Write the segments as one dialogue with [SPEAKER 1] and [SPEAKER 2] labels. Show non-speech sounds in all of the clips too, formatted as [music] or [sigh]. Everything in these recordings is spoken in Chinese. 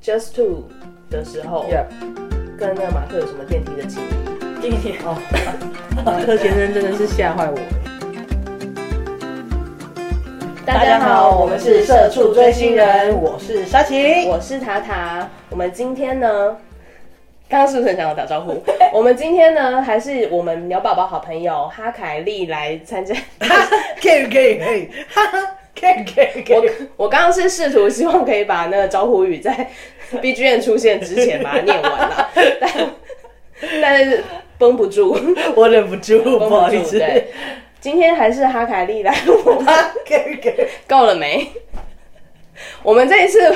[SPEAKER 1] Just Two 的时候
[SPEAKER 2] Yeah
[SPEAKER 1] 跟那个马克有什么电梯的情谊？
[SPEAKER 2] 今天哦，马克先生真的是吓坏我。
[SPEAKER 1] 大家好我们是社畜追星人
[SPEAKER 2] 我是沙琪。
[SPEAKER 1] 我是塔塔，我们今天呢，刚刚是不是很想要打招 [laughs] 呼？我们今天呢，还是我们鸟宝宝好朋友哈凯丽来参 [laughs] 加。
[SPEAKER 2] 可以可以可以，哈哈，可以可以可
[SPEAKER 1] 我
[SPEAKER 2] 以。
[SPEAKER 1] 我刚刚是试图希望可以把那个招呼语在 B G M 出现之前把它念完 [laughs] 了，但但是绷不住，
[SPEAKER 2] 我忍不住，不
[SPEAKER 1] 绷 [laughs]
[SPEAKER 2] 好
[SPEAKER 1] 不
[SPEAKER 2] 意
[SPEAKER 1] 住。
[SPEAKER 2] 思。
[SPEAKER 1] 对，今天还是哈凯丽来我们 [laughs]
[SPEAKER 2] 啊，可以可以。
[SPEAKER 1] 够了没？ [laughs] 我们这一次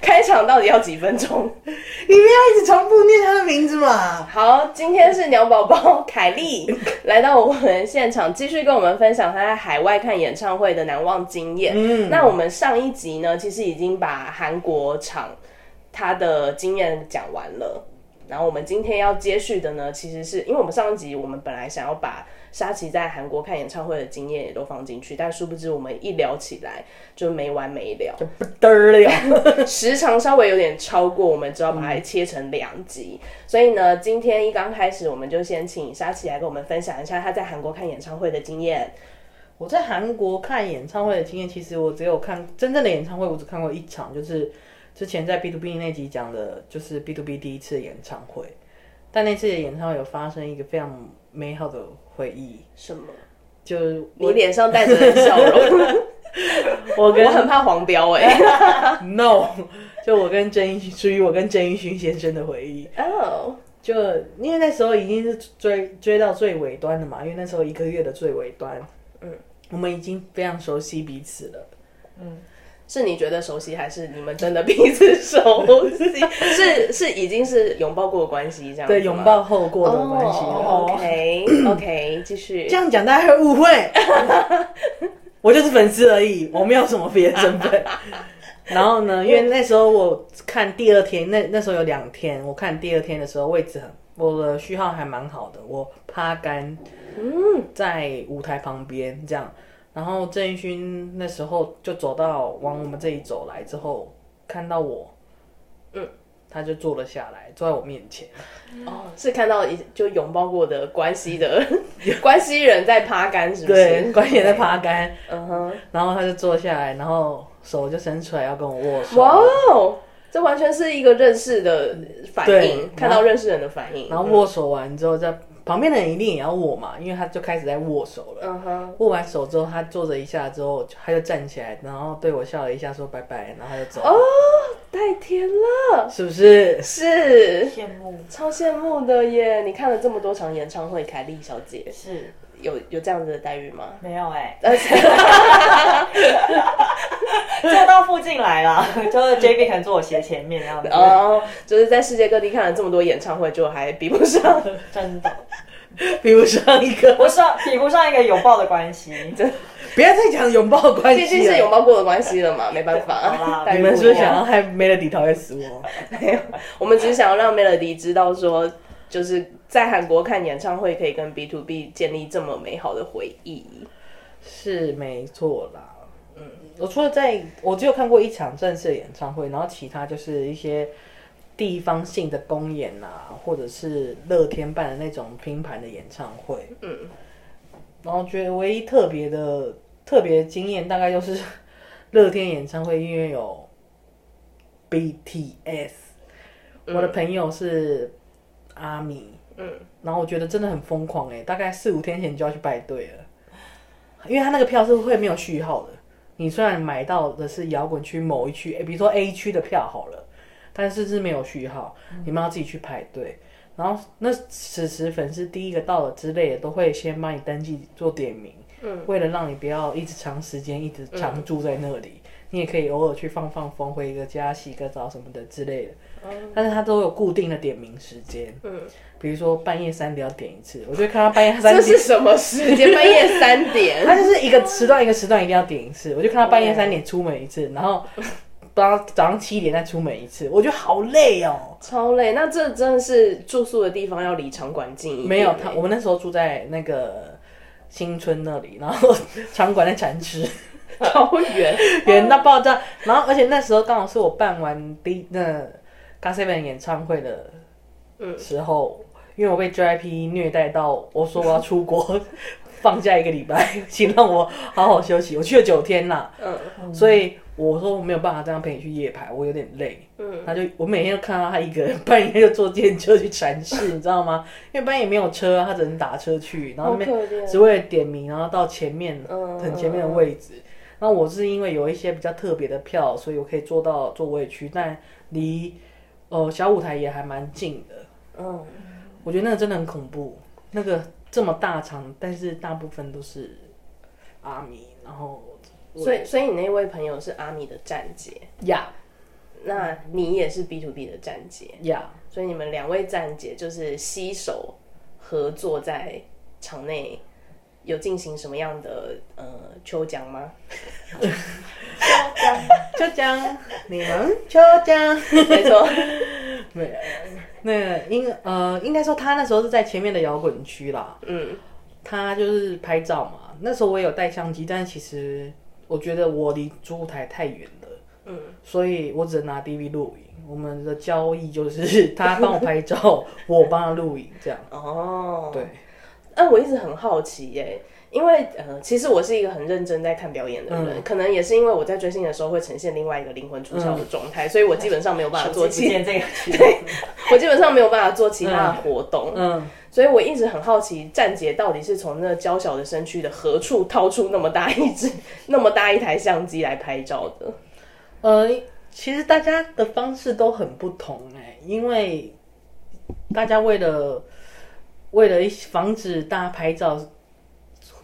[SPEAKER 1] 开场到底要几分钟？
[SPEAKER 2] 你不要一直重复念他的名字嘛。
[SPEAKER 1] 好，今天是鸟宝宝凯莉来到我们现场，继续跟我们分享她在海外看演唱会的难忘经验。嗯，那我们上一集呢，其实已经把韩国场她的经验讲完了。然后我们今天要接续的呢，其实是因为我们上一集我们本来想要把沙琪在韩国看演唱会的经验也都放进去，但殊不知我们一聊起来就没完没了。
[SPEAKER 2] 不嘚儿了。
[SPEAKER 1] 时长稍微有点超过，我们只好把它切成两集。所以呢，今天一刚开始，我们就先请沙琪来跟我们分享一下她在韩国看演唱会的经验。
[SPEAKER 2] 我在韩国看演唱会的经验，其实我只有看真正的演唱会，我只看过一场，就是之前在 B to B 那集讲的，就是 B to B 第一次演唱会。但那次的演唱会有发生一个非常美好的回忆，
[SPEAKER 1] 什么？
[SPEAKER 2] 就是
[SPEAKER 1] 你脸上带着的笑容，
[SPEAKER 2] [laughs] 我
[SPEAKER 1] 我很怕黄标
[SPEAKER 2] 欸
[SPEAKER 1] 哎、
[SPEAKER 2] no，就我跟郑一属于我跟郑一勋先生的回忆。
[SPEAKER 1] 哦，
[SPEAKER 2] 就因为那时候已经是追追到最尾端了嘛，因为那时候一个月的最尾端，嗯，我们已经非常熟悉彼此了。
[SPEAKER 1] 是你觉得熟悉，还是你们真的彼此熟
[SPEAKER 2] [laughs]
[SPEAKER 1] 悉？是是已经是拥抱过的关系这样子吗？
[SPEAKER 2] 对，拥抱后过的关系了。
[SPEAKER 1] 哦、OK
[SPEAKER 2] [laughs]
[SPEAKER 1] OK，继续
[SPEAKER 2] 这。样讲大家会误会， [laughs] 我就是粉丝而已，我没有什么别的身份。然后呢，因为那时候我看第二天，那那时候有两天，我看第二天的时候位置很，我的序号还蛮好的，我趴杆，嗯，在舞台旁边这样。然后郑义勋那时候就走到往我们这里走来之后，看到我，嗯，他就坐了下来，坐在我面前。
[SPEAKER 1] 哦，是看到一就拥抱过的关系的 [laughs] 关系人在趴杆，是不是？
[SPEAKER 2] 对，关键在趴杆，
[SPEAKER 1] 嗯哼，
[SPEAKER 2] 然后他就坐下来，然后手就伸出来要跟我握手，
[SPEAKER 1] 哇哦，这完全是一个认识的反
[SPEAKER 2] 对
[SPEAKER 1] 应，看到认识人的反应。
[SPEAKER 2] 然后握手完之后，在旁边的人一定也要握嘛，因为他就开始在握手了。
[SPEAKER 1] 嗯哼，
[SPEAKER 2] 握完手之后，他坐着一下之后，他就站起来，然后对我笑了一下，说拜拜，然后他就走了，
[SPEAKER 1] 哦太甜了，
[SPEAKER 2] 是不是？ [laughs]
[SPEAKER 1] 是
[SPEAKER 3] 羡慕
[SPEAKER 1] 超羡慕的耶！你看了这么多场演唱会，凯莉小姐
[SPEAKER 3] 是
[SPEAKER 1] 有有这样子的待遇吗？
[SPEAKER 3] 没有哎、
[SPEAKER 1] 而且
[SPEAKER 3] 坐到附近来了， [laughs] 就是 JB 可能坐我斜前面那样子，
[SPEAKER 1] 哦，就是在世界各地看了这么多演唱会，就还比不上，
[SPEAKER 3] 真的
[SPEAKER 2] 比如上一个， [laughs]
[SPEAKER 3] 不上比不上一个拥抱的关系。
[SPEAKER 2] 不要再讲拥抱关系
[SPEAKER 1] 毕
[SPEAKER 2] 了，
[SPEAKER 1] 竟是拥抱过的关系了嘛，没办
[SPEAKER 3] 好
[SPEAKER 1] 法 [laughs]
[SPEAKER 3] 啦。
[SPEAKER 1] 待遇
[SPEAKER 2] 你
[SPEAKER 1] 不一
[SPEAKER 2] 们
[SPEAKER 1] 样
[SPEAKER 2] 是不是想要害 Melody 讨厌死我？
[SPEAKER 1] 我们只是想要让 Melody 知道说，就是在韩国看演唱会可以跟 B to B 建立这么美好的回忆。
[SPEAKER 2] 是没错啦。嗯，我除了在我只有看过一场正式的演唱会，然后其他就是一些地方性的公演啊，或者是乐天办的那种拼盘的演唱会。嗯，然后觉得唯一特别的 [laughs] 特别的经验，大概就是乐天演唱会，因为有 BTS，、我的朋友是阿米。嗯，然后我觉得真的很疯狂哎、大概四五天前就要去排队了。因为他那个票是会没有序号的。你虽然买到的是摇滚区某一区，诶比如说 A 区的票好了，但是是没有序号，你们要自己去排队。然后那此时粉丝第一个到了之类的，都会先帮你登记做点名，嗯，为了让你不要一直长时间一直常住在那里，你也可以偶尔去放放风，回个家洗个澡什么的之类的。但是他都有固定的点名时间，嗯，比如说半夜三点要点一次，我就看到半夜三
[SPEAKER 1] 这
[SPEAKER 2] 点
[SPEAKER 1] 是什么时间？半夜三点，
[SPEAKER 2] 它就是一个时段一个时段一定要点一次，我就看他半夜三点出门一次，然后早上早上七点再出门一次，我觉得好累
[SPEAKER 1] [laughs]
[SPEAKER 2] 哦。
[SPEAKER 1] 超累。那这真的是住宿的地方要离场馆近一点。
[SPEAKER 2] 没有他，我 [laughs] 们那时候住在那个新村那里，然后场馆在禅师，
[SPEAKER 1] 超远，
[SPEAKER 2] 远到爆炸。然后而且那时候刚好是我办完第那 g a s e v e n 演唱会的时候，因为我被 JYP 虐待到，我说我要出国放假一个礼拜，请让我好好休息。我去了九天啦，
[SPEAKER 1] [laughs] 嗯
[SPEAKER 2] 所以我说我没有办法这样陪你去夜排，我有点累。
[SPEAKER 1] 嗯，
[SPEAKER 2] 他就我每天都看到他一个人半夜就坐电车去禅寺，你知道吗？ [laughs] 因为半夜没有车啊，他只能打车去，然后
[SPEAKER 1] 好
[SPEAKER 2] 那
[SPEAKER 1] 可
[SPEAKER 2] 边只
[SPEAKER 1] 怜，
[SPEAKER 2] 为了点名，然后到前面
[SPEAKER 1] 嗯
[SPEAKER 2] 很前面的位置。然后我是因为有一些比较特别的票，所以我可以坐到座位区，但离呃小舞台也还蛮近的。
[SPEAKER 1] 嗯，
[SPEAKER 2] 我觉得那个真的很恐怖，那个这么大场，但是大部分都是阿米，然后
[SPEAKER 1] 所以所以你那位朋友是阿米的站姐，
[SPEAKER 2] 呀
[SPEAKER 1] 那你也是 B to B 的站姐，
[SPEAKER 2] 呀
[SPEAKER 1] 所以你们两位站姐就是携手合作在场内。有进行什么样的呃抽奖吗？ [laughs]
[SPEAKER 2] 秋江，你们秋江。
[SPEAKER 1] 没错，
[SPEAKER 2] 没， [laughs] 那个应呃，应该说他那时候是在前面的摇滚区啦，
[SPEAKER 1] 嗯
[SPEAKER 2] 他就是拍照嘛。那时候我也有带相机，但其实我觉得我离主舞台太远了，
[SPEAKER 1] 嗯，
[SPEAKER 2] 所以我只能拿 DV 录影。我们的交易就是 [laughs] 他帮我拍照，我帮他录影，这样。
[SPEAKER 1] 哦，
[SPEAKER 2] 对，
[SPEAKER 1] 哎、我一直很好奇耶、因为呃，其实我是一个很认真在看表演的人，可能也是因为我在追星的时候会呈现另外一个灵魂出窍的状态，所以我基本上没有办法做
[SPEAKER 3] 做
[SPEAKER 1] 其，
[SPEAKER 3] 见这个区，
[SPEAKER 1] 我基本上没有办法做其他的活动，
[SPEAKER 2] 嗯，
[SPEAKER 1] 所以我一直很好奇，站姐到底是从那娇小的身躯的何处掏出那么大一只、 [laughs] 那么大一台相机来拍照的？
[SPEAKER 2] 呃，其实大家的方式都很不同哎、因为大家为了为了一些防止大家拍照，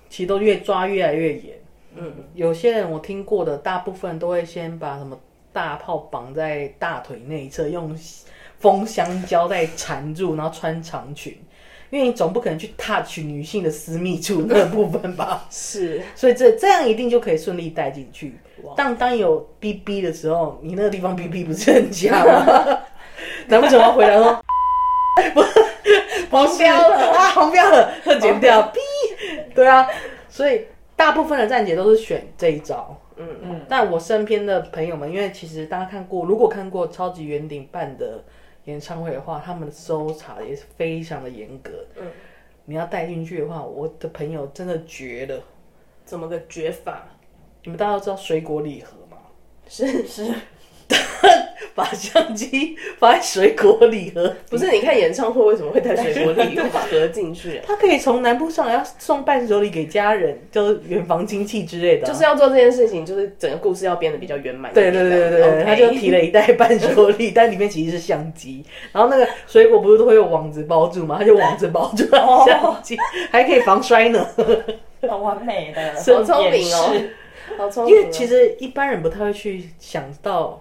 [SPEAKER 2] 其实都越抓越来越严。嗯，有些人我听过的，大部分都会先把什么大炮绑在大腿内侧，用封箱胶带缠住，然后穿长裙。因为你总不可能去 touch 女性的私密处那部分吧？
[SPEAKER 1] 是，
[SPEAKER 2] 所以这这样一定就可以顺利带进去。但当有 BB 的时候，你那个地方 BB 不是很假吗？
[SPEAKER 1] [laughs]
[SPEAKER 2] 难不成我要回答说，不，
[SPEAKER 1] 红标了
[SPEAKER 2] 啊，红标了，要剪掉 B。对啊，所以大部分的站姐都是选这一招。
[SPEAKER 1] 嗯
[SPEAKER 2] 嗯，但我身边的朋友们，因为其实大家看过，如果看过超级圆顶办的演唱会的话，他们的搜查也是非常的严格。嗯，你要带进去的话，我的朋友真的绝了。
[SPEAKER 1] 怎么个绝法？
[SPEAKER 2] 你们大家都知道水果礼盒嘛？ [laughs]
[SPEAKER 1] 是是，
[SPEAKER 2] 把相机放在水果礼盒， [laughs]
[SPEAKER 1] 不是？你看演唱会为什么会带水果礼盒进去啊？
[SPEAKER 2] 他可以从南部上来，要送伴手礼给家人，就是远房亲戚之类的啊、
[SPEAKER 1] 就是要做这件事情，就是整个故事要编的比较圆满一
[SPEAKER 2] 对
[SPEAKER 1] 点。
[SPEAKER 2] 对对对对，
[SPEAKER 1] OK
[SPEAKER 2] 他就提了一袋伴手
[SPEAKER 1] [laughs]
[SPEAKER 2] 礼，但里面其实是相机。然后那个水果不是都会有网子包住嘛，他就网子包住了相
[SPEAKER 1] [laughs] 哦
[SPEAKER 2] 机，还可以防摔呢。
[SPEAKER 3] 好完美的，
[SPEAKER 1] [laughs] 好聪明哦
[SPEAKER 3] 掩饰，
[SPEAKER 1] 好聪
[SPEAKER 2] 因
[SPEAKER 1] 明哦。
[SPEAKER 2] 为其实一般人不太会去想到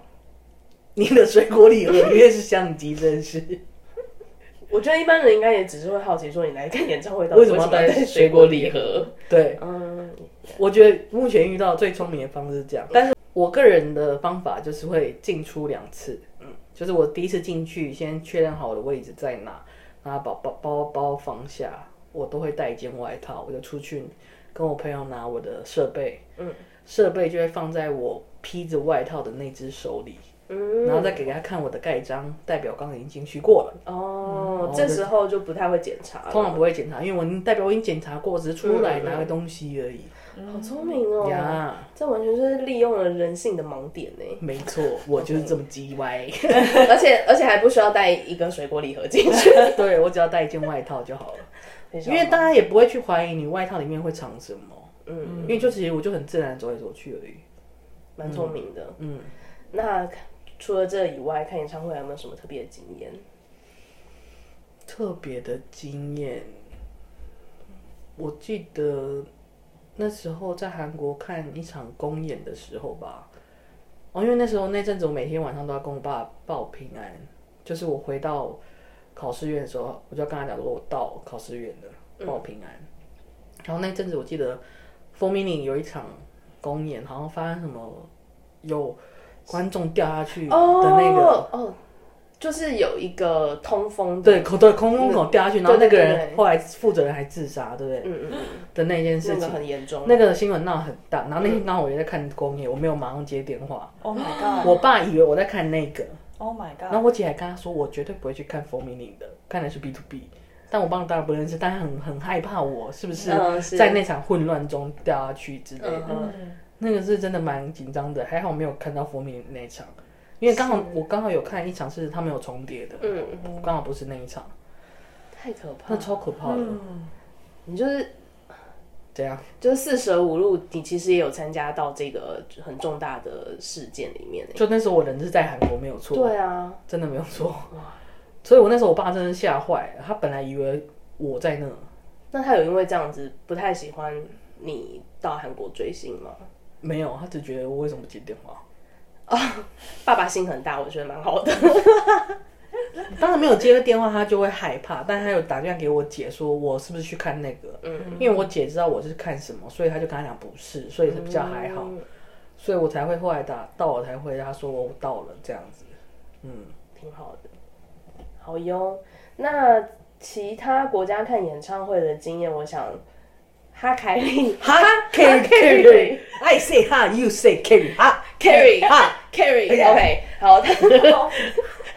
[SPEAKER 2] 你的水果礼盒里面是相机，真
[SPEAKER 1] [laughs]
[SPEAKER 2] 的是。
[SPEAKER 1] 我觉得一般人应该也只是会好奇说，你来看演唱会到底
[SPEAKER 2] 为什么
[SPEAKER 1] 么
[SPEAKER 2] 要
[SPEAKER 1] 要
[SPEAKER 2] 带
[SPEAKER 1] 带水果礼盒？
[SPEAKER 2] 对，
[SPEAKER 1] 嗯，
[SPEAKER 2] 我觉得目前遇到最聪明的方式是这样，但是我个人的方法就是会进出两次，嗯，就是我第一次进去先确认好我的位置在哪，然后把包包包放下，我都会带一件外套，我就出去跟我朋友拿我的设备，嗯，设备就会放在我披着外套的那只手里，
[SPEAKER 1] 嗯，
[SPEAKER 2] 然后再给他看我的盖章，代表刚刚已经进去过了。
[SPEAKER 1] 哦，这时候就不太会检查了，
[SPEAKER 2] 通常不会检查，因为我代表我已经检查过，只是出来拿个东西而已。
[SPEAKER 1] 好聪明嗯哦，
[SPEAKER 2] 呀，
[SPEAKER 1] 这完全就是利用了人性的盲点呢， [laughs]
[SPEAKER 2] 没错，我就是这么鸡歪。
[SPEAKER 1] 而且而且还不需要带一个水果礼盒进去，
[SPEAKER 2] [laughs] 对我只要带一件外套就好了，因
[SPEAKER 1] 因
[SPEAKER 2] 为大家也不会去怀疑你外套里面会藏什么。嗯，因为就其实我就很自然地走来走去而已。
[SPEAKER 1] 蛮聪明的。
[SPEAKER 2] 嗯，
[SPEAKER 1] 那除了这以外，看演唱会还有没有什么特别的经验？
[SPEAKER 2] 特别的经验，我记得那时候在韩国看一场公演的时候吧，哦，因为那时候那阵子我每天晚上都要跟我爸报平安，就是我回到考试院的时候，我就要跟他讲说我到考试院了，报平安。然后那阵子我记得 Four Mini 有一场公演，好像发生什么有观众掉下去的那个。
[SPEAKER 1] 哦，就是有一个通风的，
[SPEAKER 2] 对，口对空空口掉下去，然后那个
[SPEAKER 1] 对对
[SPEAKER 2] 人
[SPEAKER 1] 对
[SPEAKER 2] 后来负责人还自杀，对不对？
[SPEAKER 1] 嗯嗯嗯，
[SPEAKER 2] 的那件事
[SPEAKER 1] 那个嗯
[SPEAKER 2] 情，
[SPEAKER 1] 很严重。
[SPEAKER 2] 那个新闻闹得很大。然后那天刚好我也在看工业，我没有马上接电话。
[SPEAKER 3] Oh my
[SPEAKER 2] 我爸以为我在看那
[SPEAKER 1] 嗯
[SPEAKER 2] 个，
[SPEAKER 3] god！Oh my
[SPEAKER 2] 然后
[SPEAKER 3] god！
[SPEAKER 2] 我姐还跟他说，我绝对不会去看 For Mini 的，看的是 B to B。但我爸当然不认识，但他很很害怕我是不是
[SPEAKER 1] 嗯是
[SPEAKER 2] 在那场混乱中掉下去之类的。
[SPEAKER 1] 嗯
[SPEAKER 2] 那个是真的蛮紧张的，还好没有看到 For Mini 那一场，因为刚好我刚好有看一场是他们有重叠的，
[SPEAKER 1] 嗯，
[SPEAKER 2] 刚好不是那一场，
[SPEAKER 1] 太可怕
[SPEAKER 2] 那
[SPEAKER 1] 了。
[SPEAKER 2] 超可怕的。
[SPEAKER 1] 你就是
[SPEAKER 2] 怎样？
[SPEAKER 1] 就是四舍五入，你其实也有参加到这个很重大的事件里面欸。
[SPEAKER 2] 就那时候我人是在韩国，没有错。
[SPEAKER 1] 对啊，
[SPEAKER 2] 真的没有错。所以我那时候我爸真的吓坏了，他本来以为我在那，
[SPEAKER 1] 那他有因为这样子不太喜欢你到韩国追星吗？
[SPEAKER 2] 没有，他只觉得我为什么不接电 [laughs] 话。
[SPEAKER 1] 爸爸心很大，我觉得蛮好的。
[SPEAKER 2] 当然没有接了电话，他就会害怕，但他有打电话给我姐说，我是不是去看那个？嗯，因为我姐知道我是看什么，所以他就跟他讲不是，所以是比较还好，所以我才会后来打到我才会他说我到了这样子。
[SPEAKER 1] 挺好的。好哟，那其他国家看演唱会的经验，我想哈凯利
[SPEAKER 2] [laughs] 哈，carry [laughs] carry，I say 哈，you say carry 哈 [laughs]
[SPEAKER 1] Carry
[SPEAKER 2] 哈
[SPEAKER 1] Carry，OK，好， [laughs] 他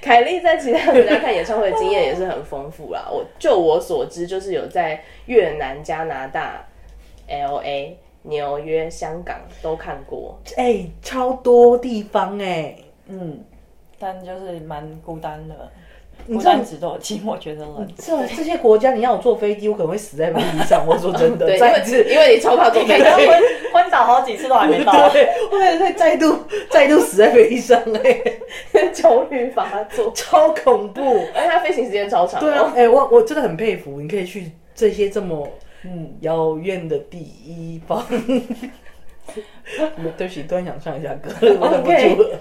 [SPEAKER 1] 凯莉在其他国家看演唱会的经验也是很丰富啦。我就我所知，就是有在越南、加拿大、L A、纽约、香港都看过。
[SPEAKER 2] 哎、超多地方哎、
[SPEAKER 3] 嗯，但就是蛮孤单的，
[SPEAKER 2] 你
[SPEAKER 3] 孤
[SPEAKER 2] 知道
[SPEAKER 3] 单只有寂寞觉得冷。
[SPEAKER 2] 这这些国家，你让我坐飞机，我可能会死在飞机 [laughs] 上。我说真的，
[SPEAKER 1] 对，因
[SPEAKER 2] 再一
[SPEAKER 1] 为
[SPEAKER 2] 次，
[SPEAKER 1] 因为你超怕
[SPEAKER 2] [laughs]
[SPEAKER 1] 坐飞机，
[SPEAKER 3] [laughs] 昏昏倒好几次都还没到，
[SPEAKER 2] 对，我可能会再度 [laughs] 再度死在飞机上、 [laughs] 哎，
[SPEAKER 1] [laughs] 焦虑发作，
[SPEAKER 2] 超恐怖。
[SPEAKER 1] 而且它飞行时间超长。
[SPEAKER 2] [laughs] 对啊，哎、我我真的很佩服，你可以去这些这么
[SPEAKER 3] 嗯，
[SPEAKER 2] 遥远的地方。 [laughs] 对不起，突然想唱一 [laughs] 下歌，我忍不住了。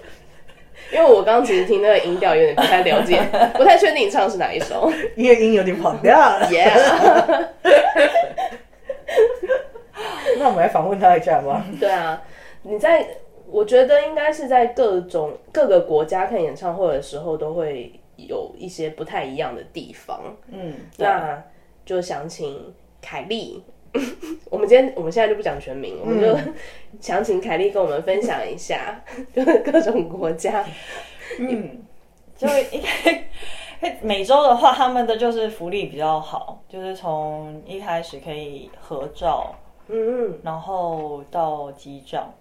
[SPEAKER 1] 因为我刚刚其实听那个音调有点不太了
[SPEAKER 2] [laughs]
[SPEAKER 1] 解，不太确定你唱的是哪一首。
[SPEAKER 2] 音乐音有点跑调 [laughs] 了。
[SPEAKER 1] Yeah，
[SPEAKER 2] 那我们来访问他一下吧。
[SPEAKER 1] 对啊，你在我觉得应该是在各种各个国家看演唱会的时候，都会有一些不太一样的地方。
[SPEAKER 3] 嗯，
[SPEAKER 1] 那就想请凯莉， [laughs] 我们今天我们现在就不讲全名，我们就 [laughs] 想请凯莉跟我们分享一下， [laughs] 就是各种国家。
[SPEAKER 3] [laughs] 就应该美洲的话，他们的就是福利比较好， [laughs] 就是从一开始可以合照，
[SPEAKER 1] 嗯嗯，
[SPEAKER 3] 然后到机长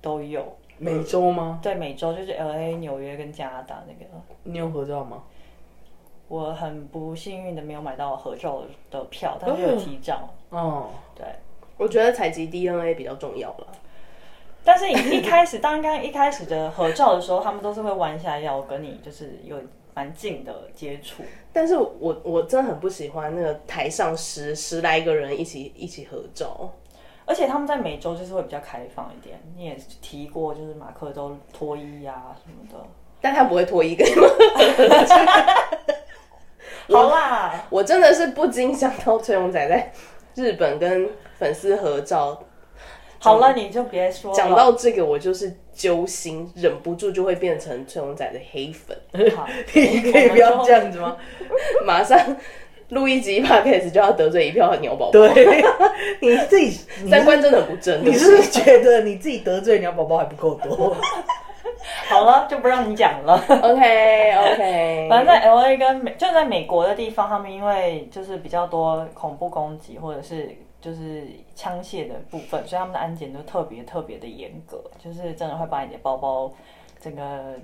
[SPEAKER 3] 都有。
[SPEAKER 2] 美洲吗？
[SPEAKER 3] 对，美洲就是 L A、纽约跟加拿大那个。
[SPEAKER 2] 你有合照吗？
[SPEAKER 3] 我很不幸运的没有买到合照的票，但是有提照。
[SPEAKER 2] 哦，
[SPEAKER 3] 对，
[SPEAKER 1] 我觉得采集 DNA 比较重要了。
[SPEAKER 3] 但是你一开始，当刚一开始的合照的时候，他们都是会弯下腰跟你就是有蛮近的接触。
[SPEAKER 1] 但是我我真的很不喜欢那个台上十十来个人一起一起合照，
[SPEAKER 3] 而且他们在美洲就是会比较开放一点，你也提过，就是马克都脱衣啊什么的。
[SPEAKER 1] 但他不会脱衣跟
[SPEAKER 3] 好啦，
[SPEAKER 1] 我真的是不禁想到崔永仔在日本跟粉丝合照，
[SPEAKER 3] 好了，你就别说了。
[SPEAKER 1] 讲到这个我就是揪心，忍不住就会变成崔永仔的黑粉， [laughs]
[SPEAKER 3] 好
[SPEAKER 2] [laughs] 你可以不要这样子吗？
[SPEAKER 1] 马上录一集 podcast 就要得罪一票鸟宝宝，
[SPEAKER 2] 对， [laughs] 你自己，你
[SPEAKER 1] 三观真的很不正，
[SPEAKER 2] 你
[SPEAKER 1] 对不
[SPEAKER 2] 是不
[SPEAKER 1] 起
[SPEAKER 2] 是觉得你自己得罪鸟宝宝还不够多？
[SPEAKER 3] 好了，就不让你讲了。
[SPEAKER 1] OK OK，
[SPEAKER 3] 反正在 L A 跟美，就在美国的地方，他们因为就是比较多恐怖攻击或者是就是枪械的部分，所以他们的安检都特别特别的严格，就是真的会把你的包包整个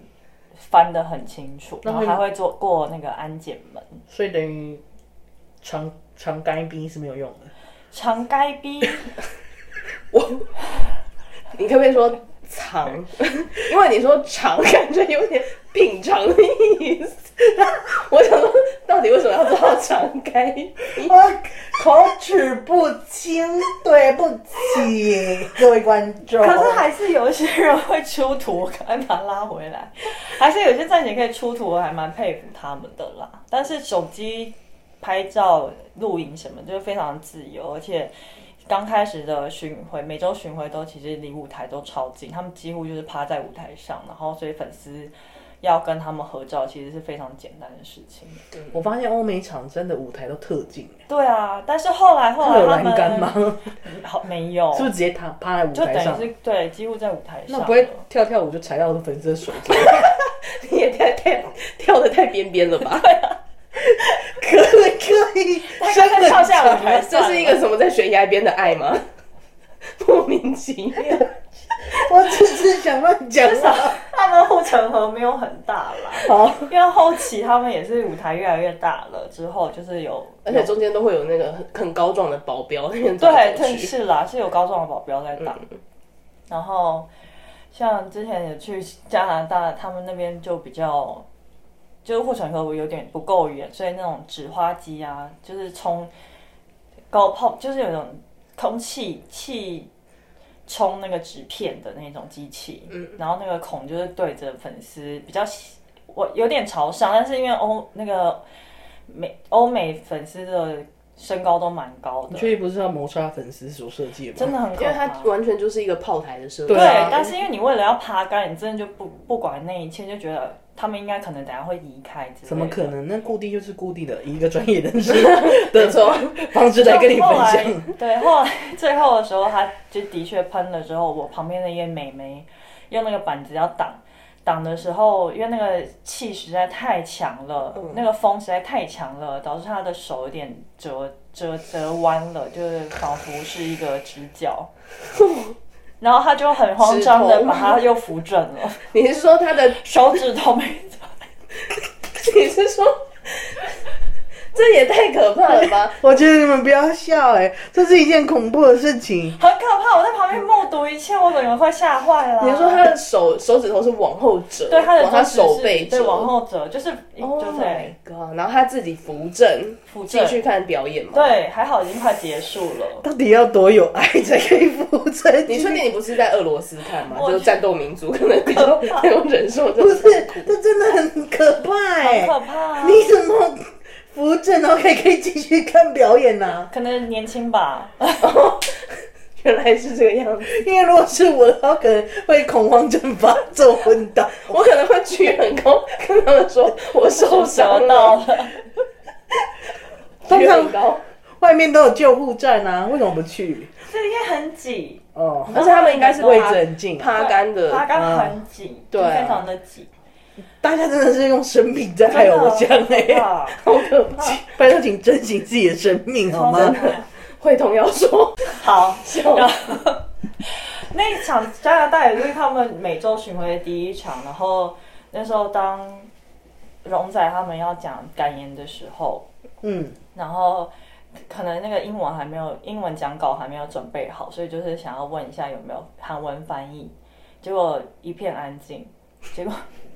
[SPEAKER 3] 翻得很清楚，
[SPEAKER 2] 那
[SPEAKER 3] 然
[SPEAKER 2] 会
[SPEAKER 3] 后还会做过那个安检门。
[SPEAKER 2] [laughs] 所以等于长长干冰是没有用的。
[SPEAKER 3] 长该逼，
[SPEAKER 1] 你可不可以说长？ [laughs] 因为你说长，感觉有点品尝的意思。 [laughs] 我想说，到底为什么要做到长开？
[SPEAKER 2] 我口齿不清，对不起各位观众。
[SPEAKER 3] 可是还是有一些人会出图，我赶快把它拉回来。还是有些站姐可以出图，我还蛮佩服他们的啦。但是手机拍照、录影什么，就是非常自由，而且刚开始的巡回，每周巡回都其实离舞台都超近，他们几乎就是趴在舞台上，然后所以粉丝。要跟他们合照，其实是非常简单的事情。
[SPEAKER 2] 我发现欧美场真的舞台都特近，
[SPEAKER 3] 对啊，但是后来后
[SPEAKER 2] 会
[SPEAKER 3] 来
[SPEAKER 2] 有
[SPEAKER 3] 他
[SPEAKER 2] 栏杆吗 [laughs]
[SPEAKER 3] 们？好没有，
[SPEAKER 2] 是不是直接躺趴在舞
[SPEAKER 3] 就
[SPEAKER 2] 台
[SPEAKER 3] 等
[SPEAKER 2] 上
[SPEAKER 3] 于？是对，几乎在舞台上
[SPEAKER 2] 那
[SPEAKER 3] 了。
[SPEAKER 2] 不会跳跳舞就踩到粉色水坑？
[SPEAKER 1] 你也太太跳的太边边了吧？
[SPEAKER 2] 可以可以，真
[SPEAKER 3] 他
[SPEAKER 2] 的
[SPEAKER 3] 跳下舞台，
[SPEAKER 1] 这是一个什么在悬崖边的爱吗？莫名其妙。
[SPEAKER 2] [laughs] 我只是想乱讲
[SPEAKER 3] 至少
[SPEAKER 2] 话。
[SPEAKER 3] 他们护城河没有很大啦，
[SPEAKER 2] 好，
[SPEAKER 3] 因为后期他们也是舞台越来越大了之后，就是有
[SPEAKER 1] 而且中间都会有那个很很高壮的保镖，那边走来
[SPEAKER 3] 对，
[SPEAKER 1] 走
[SPEAKER 3] 对
[SPEAKER 1] 去
[SPEAKER 3] 是啦，是有高中的保镖在打。然后像之前也去加拿大，他们那边就比较，就是护城河有点不够远，所以那种纸花机啊，就是冲高炮，就是有一种空气气。冲那个纸片的那种机器，然后那个孔就是对着粉丝比较喜，我有点朝上，但是因为欧那个美欧美粉丝的身高都蛮高的
[SPEAKER 2] [laughs] 你，确定不是要谋杀粉丝所设计的吗？
[SPEAKER 3] 真的很可
[SPEAKER 1] 因为
[SPEAKER 3] 怕。
[SPEAKER 1] 它完全就是一个炮台的设计。
[SPEAKER 2] 对
[SPEAKER 3] 对
[SPEAKER 2] 啊
[SPEAKER 3] 但是因为你为了要爬杆，你真的就不不管那一切，就觉得他们应该可能等下会离开之类的。
[SPEAKER 2] 怎么可能？那固定就是固定的，以一个专业人士 [laughs]
[SPEAKER 1] 没错，
[SPEAKER 2] 方式来跟你分享。
[SPEAKER 3] 就后来对，后来 [laughs] 最后的时候，他就的确喷了之后，我旁边那些美眉用那个板子要挡。挡的时候，因为那个气实在太强了，
[SPEAKER 2] 嗯
[SPEAKER 3] 那个风实在太强了，导致他的手有点折折折弯了，就是仿佛是一个直
[SPEAKER 2] [laughs]
[SPEAKER 3] 角。然后他就很慌张
[SPEAKER 1] 指
[SPEAKER 3] 的
[SPEAKER 1] 头
[SPEAKER 3] 把它又扶正了，
[SPEAKER 1] 你是说它的？
[SPEAKER 3] 手指头没
[SPEAKER 1] 你是说？这也太可怕了吧！
[SPEAKER 2] 我觉得你们不要笑、哎，这是一件恐怖的事情。
[SPEAKER 3] [laughs] 很可怕，我在旁边目睹一切，我整个快吓坏了。
[SPEAKER 1] 你是说他的手手指头是往后折，
[SPEAKER 3] 对他的
[SPEAKER 1] 往他
[SPEAKER 3] 中指
[SPEAKER 1] 手
[SPEAKER 3] 是
[SPEAKER 1] 背折，
[SPEAKER 3] 对往后折，就是
[SPEAKER 1] ，Oh
[SPEAKER 3] 就
[SPEAKER 1] my
[SPEAKER 3] 在
[SPEAKER 1] god！然后他自己扶正，
[SPEAKER 3] 扶
[SPEAKER 1] 继
[SPEAKER 3] 正
[SPEAKER 1] 续看表演嘛。，
[SPEAKER 3] 对，啊还好已经快结束了。
[SPEAKER 2] 到底要多有爱才可以扶正？
[SPEAKER 1] 你确定你不是在俄罗斯看吗？
[SPEAKER 3] 我
[SPEAKER 1] 就是战斗民族可能比
[SPEAKER 3] [laughs]
[SPEAKER 1] 较能够忍受这种
[SPEAKER 2] 不是？这真的很可怕哎、
[SPEAKER 3] 可怕、啊，
[SPEAKER 2] 你怎么扶正然后还可以继续看表演啊呢、
[SPEAKER 3] 可能年轻吧，
[SPEAKER 1] 原来是这个样子，
[SPEAKER 2] 因为如果是我的话，可能会恐慌症发作昏倒。
[SPEAKER 1] 我可能会举很高，跟他们说我受伤
[SPEAKER 3] 折到
[SPEAKER 1] 了，
[SPEAKER 3] 了。
[SPEAKER 1] 举很高，
[SPEAKER 2] 外面都有救护站啊，为什么不去？
[SPEAKER 3] 这应该很挤，
[SPEAKER 2] 哦，
[SPEAKER 1] 而且他们应该是
[SPEAKER 2] 位
[SPEAKER 1] 为
[SPEAKER 2] 置很近，
[SPEAKER 1] 趴杆的，
[SPEAKER 3] 爬杆很挤，
[SPEAKER 1] 对
[SPEAKER 3] 就
[SPEAKER 1] 啊
[SPEAKER 3] 非常的挤。
[SPEAKER 2] 大家真的是用生命在害偶像哎、
[SPEAKER 3] 真的很可
[SPEAKER 1] 好可怕。
[SPEAKER 2] [laughs] 拜托，请珍惜自己的生命
[SPEAKER 3] 怕
[SPEAKER 2] 好吗？
[SPEAKER 3] 超可怕
[SPEAKER 1] 会同要说，
[SPEAKER 3] 好，然后 [laughs] 那一场加拿大也就是他们美洲巡回的第一场，然后那时候当荣仔他们要讲感言的时候，
[SPEAKER 2] 嗯，
[SPEAKER 3] 然后可能那个英文还没有英文讲稿还没有准备好，所以就是想要问一下有没有韩文翻译，结果一片安静，结果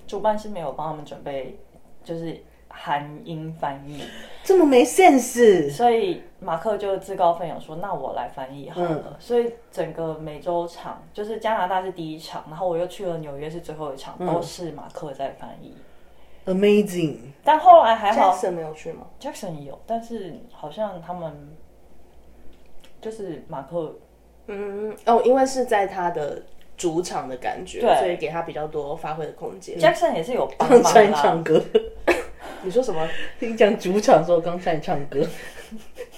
[SPEAKER 3] 主办是没有帮他们准备，就是。韩英翻译，
[SPEAKER 2] 这么没 sense，
[SPEAKER 3] 所以马克就自告奋勇说：“那我来翻译好
[SPEAKER 1] 嗯
[SPEAKER 3] 了。所以整个美洲场就是加拿大是第一场，然后我又去了纽约是最后
[SPEAKER 1] 嗯
[SPEAKER 3] 一场，都是马克在翻译。
[SPEAKER 2] amazing，
[SPEAKER 3] 但后来还好
[SPEAKER 1] Jackson 没有去吗？
[SPEAKER 3] Jackson 有，但是好像他们就是马克
[SPEAKER 1] 嗯，哦，因为是在他的主场的感觉，
[SPEAKER 3] 对
[SPEAKER 1] 所以给他比较多发挥的空间。
[SPEAKER 3] Jackson 也是有帮
[SPEAKER 1] [laughs]
[SPEAKER 2] 刚
[SPEAKER 3] 忙
[SPEAKER 2] 才
[SPEAKER 3] 啦
[SPEAKER 2] 唱。歌，
[SPEAKER 1] 你说什么？
[SPEAKER 2] 你讲主场的时候刚才唱歌，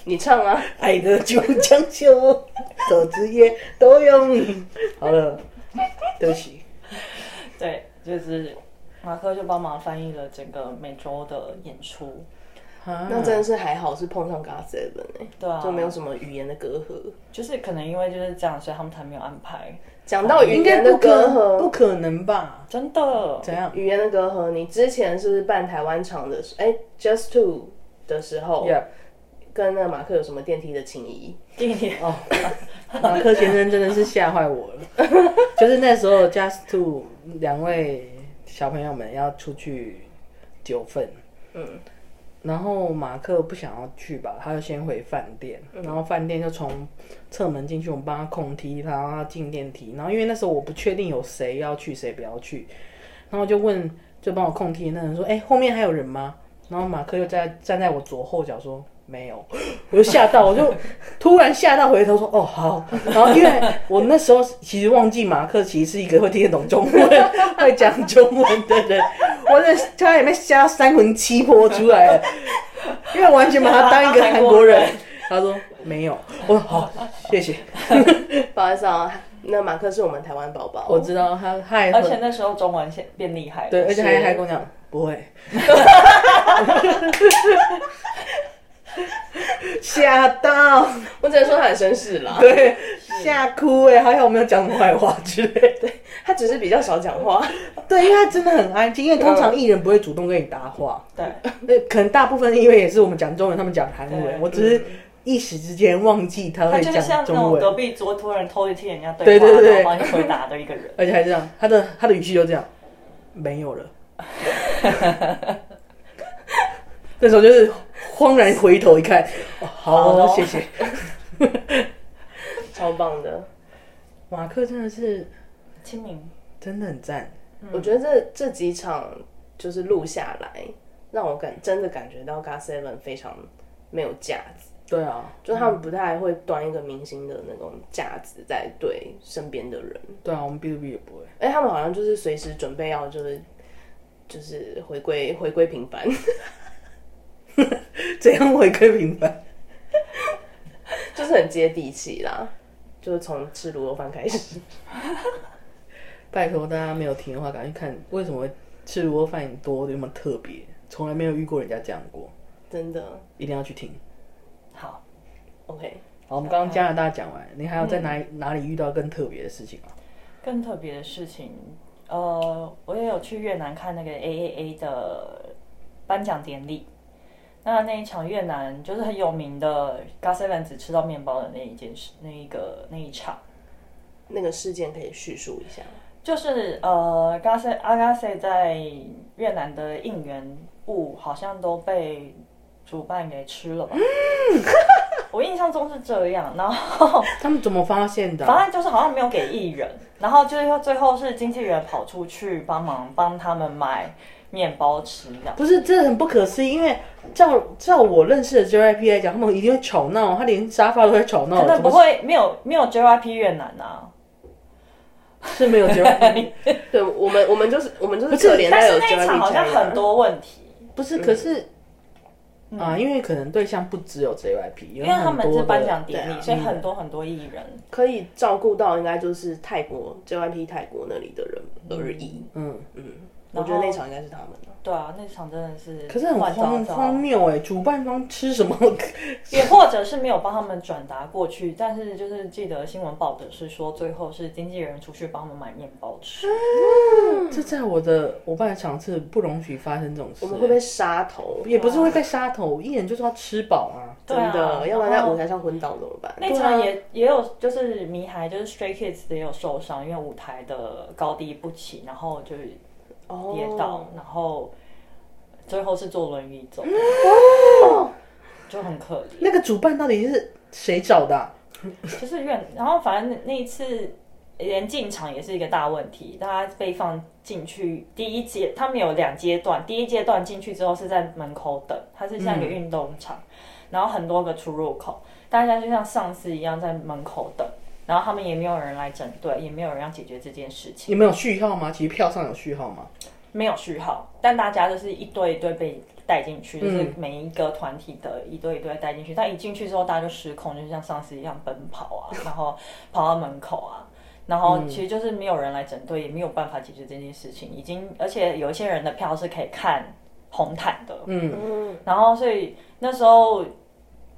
[SPEAKER 1] 你唱啊！
[SPEAKER 2] 爱的就将
[SPEAKER 1] [laughs]
[SPEAKER 2] 就，走之夜都有你。好了，对不起，
[SPEAKER 3] 对，就是马克就帮忙翻译了整个美洲的演出。
[SPEAKER 1] 那真的是还好是碰上 God Seven 哎、
[SPEAKER 3] 对嗯啊，
[SPEAKER 1] 就没有什么语言的隔阂。
[SPEAKER 3] 就是可能因为就是这样，所以他们才没有安排。
[SPEAKER 1] 讲到语
[SPEAKER 2] 哦应该
[SPEAKER 1] 言的
[SPEAKER 2] 不
[SPEAKER 1] 隔
[SPEAKER 2] 可不
[SPEAKER 1] 阂，
[SPEAKER 2] 可能吧？
[SPEAKER 3] 真的，
[SPEAKER 2] 怎样？
[SPEAKER 1] 语言的隔阂，你之前是不是办台湾场的时候，哎、j u s t Two 的时候
[SPEAKER 2] Yeah
[SPEAKER 1] 跟那马克有什么电梯的情谊？
[SPEAKER 3] 地铁
[SPEAKER 2] 哦，马克先生真的是吓坏我了。就是那时候，Just Two 两位小朋友们要出去九份，嗯，然后马克不想要去吧，他就先回饭店，然后饭店就从侧门进去，我们帮他控梯，然后他进电梯，然后因为那时候我不确定有谁要去，谁不要去，然后就问就帮我控梯的那人说：“哎、后面还有人吗？”然后马克又在站在我左后脚说：“没有。” [gasps] 我就吓到，我就突然吓到回头说：“哦，好。”然后因为我那时候 [laughs] 其实忘记马克其实是一个会听得懂中文、会讲中文的人，我在家里面吓到三魂七魄出来了，因为完全把他当一个韩国
[SPEAKER 3] [laughs]
[SPEAKER 2] 人。他说没有，我说好，谢谢。
[SPEAKER 1] 不好意思啊，那马克是我们台湾宝宝，
[SPEAKER 2] 我知道他，他还
[SPEAKER 3] 而且那时候中文现变厉害了，
[SPEAKER 2] 对，而且还
[SPEAKER 1] 是
[SPEAKER 2] 还跟我讲不 [laughs] 会，吓到，
[SPEAKER 1] 我只能说他很绅士啦，
[SPEAKER 2] [laughs] 对，吓哭哎、欸，还好我没有讲什么坏话之类的。
[SPEAKER 1] 他只是比较少讲
[SPEAKER 2] [laughs]
[SPEAKER 1] 话，
[SPEAKER 2] 对，因为他真的很安静，因为通常艺人不会主动跟你搭话，
[SPEAKER 3] 对，
[SPEAKER 2] 那可能大部分因为也是我们讲中文，他们讲韩
[SPEAKER 3] 对
[SPEAKER 2] 文，我只是一时之间忘记他
[SPEAKER 3] 他
[SPEAKER 2] 会
[SPEAKER 3] 就是像
[SPEAKER 2] 讲
[SPEAKER 3] 那种
[SPEAKER 2] 中
[SPEAKER 3] 隔
[SPEAKER 2] 文，
[SPEAKER 3] 壁桌突然偷一听人家
[SPEAKER 2] 对
[SPEAKER 3] 对话，
[SPEAKER 2] 对对。
[SPEAKER 3] 然后帮你回答的一个人
[SPEAKER 2] 而且还这样，他的他的语气就这样，没有了。 [laughs] 那时候就是慌然回头一看，哦、好
[SPEAKER 3] 好
[SPEAKER 2] 哦
[SPEAKER 3] 哦，
[SPEAKER 2] 谢谢。
[SPEAKER 1] 超棒的。
[SPEAKER 2] 马克真的是
[SPEAKER 3] [laughs] 清明，
[SPEAKER 2] 真的很赞，
[SPEAKER 1] 嗯我觉得这这几场就是录下来，让我感真的感觉到 GOT Seven 非常没有架子，
[SPEAKER 2] 对啊，
[SPEAKER 1] 就他们不太会端一个明星的那种架子在对身边的人，
[SPEAKER 2] 对啊，我们 B to B 也不会，
[SPEAKER 1] 哎，他们好像就是随时准备要就是就是回归回归平凡， [laughs]
[SPEAKER 2] 怎样回归平凡？
[SPEAKER 1] 就是很接地气啦，就是从吃卤肉饭开始。
[SPEAKER 2] 拜托大家没有听的话，赶紧看为什么吃卤肉饭多有那么特别，从来没有遇过人家这样过，
[SPEAKER 1] 真的
[SPEAKER 2] 一定要去听。
[SPEAKER 3] 好，
[SPEAKER 1] ，OK，
[SPEAKER 2] 好，我们刚刚加拿大讲完，你还有在哪里、哪里遇到更特别的事情吗？
[SPEAKER 3] 更特别的事情，呃，我也有去越南看那个 AAA 的颁奖典礼。那那一场越南就是很有名的 g a s e v e n 只吃到面包的那一件事，那一个那一场，
[SPEAKER 1] 那个事件可以叙述一下吗。
[SPEAKER 3] 就是呃 g a s e 阿 g a s e 在越南的应援物好像都被主办给吃了吧？
[SPEAKER 2] 嗯 [laughs]
[SPEAKER 3] 我印象中是这样，然后
[SPEAKER 2] 他们怎么发现的啊、
[SPEAKER 3] 反正就是好像没有给艺人，然后就是最后是经纪人跑出去帮忙帮他们买面包吃这样。
[SPEAKER 2] 不是，这很不可思议，因为照照我认识的 JYP 来讲，他们一定会吵闹，他连沙发都会吵闹，
[SPEAKER 3] 那
[SPEAKER 2] 怎
[SPEAKER 3] 不
[SPEAKER 2] 么
[SPEAKER 3] 会没有没有 JYP 越南啊，
[SPEAKER 2] 是没有 JYP？
[SPEAKER 3] [laughs]
[SPEAKER 1] 对我们，我们就是我们就是
[SPEAKER 2] 不是
[SPEAKER 1] 可怜
[SPEAKER 3] 但
[SPEAKER 1] 到
[SPEAKER 3] 是
[SPEAKER 1] 有
[SPEAKER 3] 那一
[SPEAKER 1] Jeremy
[SPEAKER 3] 场好像
[SPEAKER 1] China
[SPEAKER 3] 很多问题，
[SPEAKER 2] 不是，可是、啊，因为可能对象不只有 JYP，因
[SPEAKER 3] 嗯因为他们是颁奖典
[SPEAKER 1] 对
[SPEAKER 3] 礼，
[SPEAKER 1] 啊
[SPEAKER 2] 嗯
[SPEAKER 3] 所以很多很多艺人。
[SPEAKER 1] 可以照顾到，应该就是泰国 JYP 泰国那里的人而已。
[SPEAKER 2] 嗯，
[SPEAKER 1] 我觉得那场应该是他们的。
[SPEAKER 3] 对啊，那场真的是
[SPEAKER 2] 可是很
[SPEAKER 3] 乱糟
[SPEAKER 2] 荒
[SPEAKER 3] 糟
[SPEAKER 2] 荒谬哎，主办方吃什么？ [laughs]
[SPEAKER 3] 也或者是没有帮他们转达过去，但是就是记得新闻报的是说，最后是经纪人出去帮他们买面包吃。
[SPEAKER 2] 这在我的我办的场次不容许发生这种事欸
[SPEAKER 1] 我，们会被杀头，
[SPEAKER 2] 也不是会被杀头，艺人就是要吃饱啊。
[SPEAKER 3] 对
[SPEAKER 1] 真
[SPEAKER 3] 啊
[SPEAKER 1] 的，要不然
[SPEAKER 3] 然
[SPEAKER 1] 在
[SPEAKER 3] 后
[SPEAKER 1] 舞台上昏倒怎么办？
[SPEAKER 3] 那场也也有就是迷孩，就是 Stray Kids 也有受伤，因为舞台的高低不齐，然后就是
[SPEAKER 1] 哦
[SPEAKER 3] 跌倒，然后最后是坐轮椅
[SPEAKER 1] [laughs]
[SPEAKER 3] 走，
[SPEAKER 1] 哦
[SPEAKER 3] 就很可怜。
[SPEAKER 2] 那个主办到底是谁找的啊、
[SPEAKER 3] 就是越，然后反正那一次连进场也是一个大问题，大家被放进去第一阶，他们有两阶段，第一阶段进去之后是在门口等，它是像一个运动场，然后很多个出入口，大家就像丧尸一样在门口等，然后他们也没有人来整队，也没有人要解决这件事情，
[SPEAKER 2] 你们有序号吗？其实票上有序号吗？
[SPEAKER 3] 没有序号，但大家就是一堆一堆被。带进
[SPEAKER 1] 嗯
[SPEAKER 3] 去，就是每一个团体的一堆一堆带进去，但一进去之后大家就失控，就像丧尸一样奔
[SPEAKER 1] [laughs]
[SPEAKER 3] 跑啊，然后跑到门口啊，然后
[SPEAKER 1] 嗯
[SPEAKER 3] 其实就是没有人来整队，也没有办法解决这件事情，已经而且有一些人的票是可以看红毯的，
[SPEAKER 1] 嗯，
[SPEAKER 3] 然后所以那时候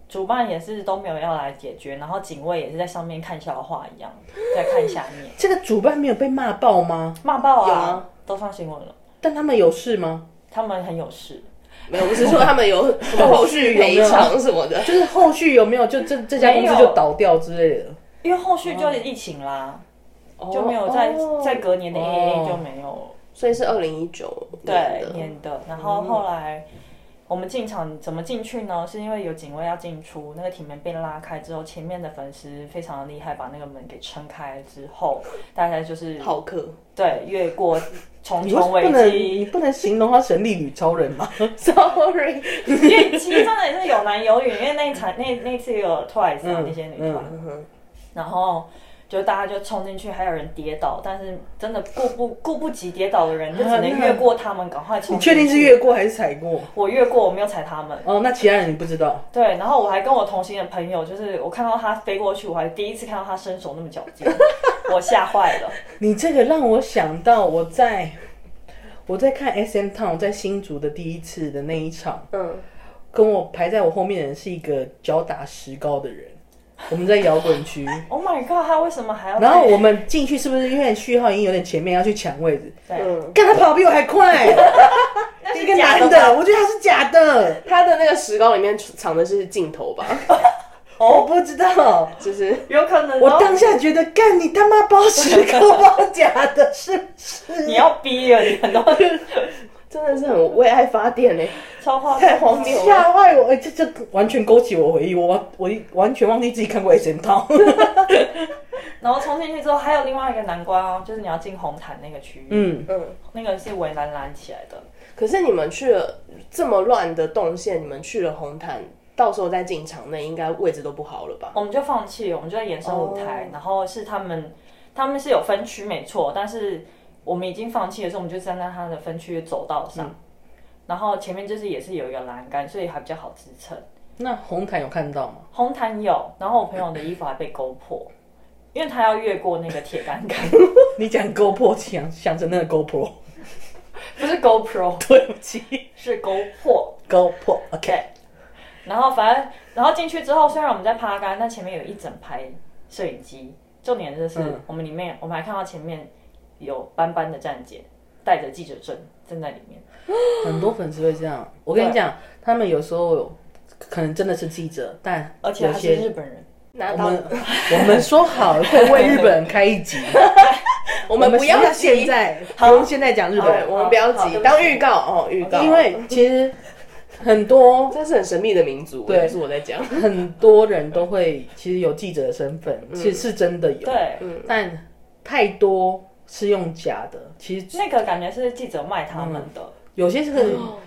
[SPEAKER 3] 主办也是都没有要来解决，然后警卫也是在上面看笑话一样在看下
[SPEAKER 1] [laughs]
[SPEAKER 3] 面
[SPEAKER 2] 这个主办没有被骂爆吗？
[SPEAKER 3] 骂爆
[SPEAKER 1] 有
[SPEAKER 3] 啊，
[SPEAKER 1] 啊
[SPEAKER 3] 都上新闻了，
[SPEAKER 2] 但他们有事吗？
[SPEAKER 3] 他们很有事，
[SPEAKER 1] 没 [laughs] 有，我是说他们有什么后续赔偿什 [laughs] 么的。
[SPEAKER 2] 就是后续有没有就这这家公司
[SPEAKER 3] 没有
[SPEAKER 2] 就倒掉之类的？
[SPEAKER 3] 因为后续就是疫情啦，就没有在、
[SPEAKER 1] 哦
[SPEAKER 3] 在隔年的 AA
[SPEAKER 2] 哦
[SPEAKER 3] 就没有
[SPEAKER 1] 所以是二零一九
[SPEAKER 3] 对
[SPEAKER 1] 的，
[SPEAKER 3] 年的，然后后来。我们进场怎么进去呢？是因为有警卫要进出，那个铁门被拉开之后，前面的粉丝非常厉害，把那个门给撑开之后，大家就是
[SPEAKER 1] 浩克
[SPEAKER 3] 对越过重
[SPEAKER 2] 你为什么
[SPEAKER 3] 重
[SPEAKER 2] 不
[SPEAKER 3] 危
[SPEAKER 2] 能
[SPEAKER 3] 机， [laughs]
[SPEAKER 2] 你不能形容他神力女超人吗？
[SPEAKER 1] [laughs] ，sorry，
[SPEAKER 3] 因为其实真的也是有男有女，因为那一场那那次也有 Twice 啊、
[SPEAKER 2] 嗯
[SPEAKER 3] 那些女团，
[SPEAKER 2] 嗯
[SPEAKER 3] 然后就大家就冲进去，还有人跌倒，但是真的顾不顾不及跌倒的人，就只能越过他们，赶快冲。
[SPEAKER 2] 你确定是越？过还是踩过？
[SPEAKER 3] 我越过，我没有踩他们。
[SPEAKER 2] 哦，那其他人你不知道。
[SPEAKER 3] 对，然后我还跟我同行的朋友，就是我看到他飞过去，我还第一次看到他身手那么矫
[SPEAKER 2] [laughs]
[SPEAKER 3] 健，我吓坏了。
[SPEAKER 2] 你这个让我想到我在我在看 S M Town 在新竹的第一次的那一场，
[SPEAKER 1] 嗯，
[SPEAKER 2] 跟我排在我后面的人是一个脚打石膏的人，我们在摇滚
[SPEAKER 3] [laughs]
[SPEAKER 2] 区。
[SPEAKER 3] Oh my god！他为什么还要？
[SPEAKER 2] 然后我们进去是不是因为序号已经有点前面要去抢位置？
[SPEAKER 1] 嗯
[SPEAKER 2] 干他跑得比我还 [laughs] 快，一个男
[SPEAKER 3] 假的吧
[SPEAKER 2] 的，我觉得他是假的，
[SPEAKER 1] 他的那个石膏里面藏的是镜头 [laughs] 吧？
[SPEAKER 2] 我不知道。
[SPEAKER 1] 就是
[SPEAKER 3] 有可能哦
[SPEAKER 2] 我当下觉得，干你他妈包石膏包假的，是不是？
[SPEAKER 3] 你要逼了，你
[SPEAKER 2] [laughs]
[SPEAKER 3] 很多
[SPEAKER 1] 真的是很为爱发电欸嘞、
[SPEAKER 3] 超话
[SPEAKER 1] 太荒谬了
[SPEAKER 2] 吓坏我！哎、这这完全勾起我回忆，我完我一完全忘记自己看过 S M 套。
[SPEAKER 3] 然后冲进去之后，还有另外一个难关哦，就是你要进红毯那个区域，
[SPEAKER 2] [laughs] 嗯，
[SPEAKER 1] 嗯，
[SPEAKER 3] 那个是围栏拦起来的。
[SPEAKER 1] 可是你们去了这么乱的动线，你们去了红毯，到时候再进场内应该位置都不好了吧？
[SPEAKER 3] 我们就放弃，我们就在延伸舞台
[SPEAKER 1] 哦
[SPEAKER 3] 然后是他们，他们是有分区没错，但是我们已经放弃的时候，我们就站在他的分区的走道上，然后前面就是也是有一个栏杆，所以还比较好支撑。
[SPEAKER 2] 那红毯有看到吗？
[SPEAKER 3] 红毯有，然后我朋友的衣服还被勾破，因为他要越过那个铁杆 [laughs] 杆，
[SPEAKER 2] 你讲 GoPro 想想成那个 GoPro， [laughs]
[SPEAKER 3] 不是 GoPro，
[SPEAKER 2] 对不起
[SPEAKER 3] 是勾破。
[SPEAKER 2] ，GoPro OK。
[SPEAKER 3] 对，然后反正然后进去之后，虽然我们在趴杆，但前面有一整排摄影机。重点就是
[SPEAKER 2] 嗯
[SPEAKER 3] 我们里面，我们还看到前面有斑斑的站姐带着记者证站在里面。
[SPEAKER 2] 很多粉丝会这样。我跟你讲，他们有时候有可能真的是记者，但
[SPEAKER 3] 而且
[SPEAKER 2] 有
[SPEAKER 3] 他是
[SPEAKER 2] 些
[SPEAKER 3] 日本人，
[SPEAKER 1] 拿
[SPEAKER 2] 我
[SPEAKER 1] 到
[SPEAKER 2] 们 [laughs] 我们说好会为日本人开一集，
[SPEAKER 1] 我
[SPEAKER 2] 我
[SPEAKER 1] 们不
[SPEAKER 2] 不要
[SPEAKER 1] 要
[SPEAKER 2] 现
[SPEAKER 1] 急，
[SPEAKER 2] 在，不用现在讲日本
[SPEAKER 1] 对，
[SPEAKER 2] 人，
[SPEAKER 1] 我们不要
[SPEAKER 3] 好好对
[SPEAKER 1] 急，
[SPEAKER 3] 不起
[SPEAKER 1] 当预告哦，预告，
[SPEAKER 2] 因为其实很多
[SPEAKER 1] 这是很神秘的民族，
[SPEAKER 2] 对
[SPEAKER 1] 也是我在讲，
[SPEAKER 2] 很多人都会其实有记者的身份，其实是真的有，嗯
[SPEAKER 3] 对，
[SPEAKER 2] 但太多是用假的，其实
[SPEAKER 3] 那个感觉是记者卖他们的。
[SPEAKER 2] 有些是很，
[SPEAKER 1] 哦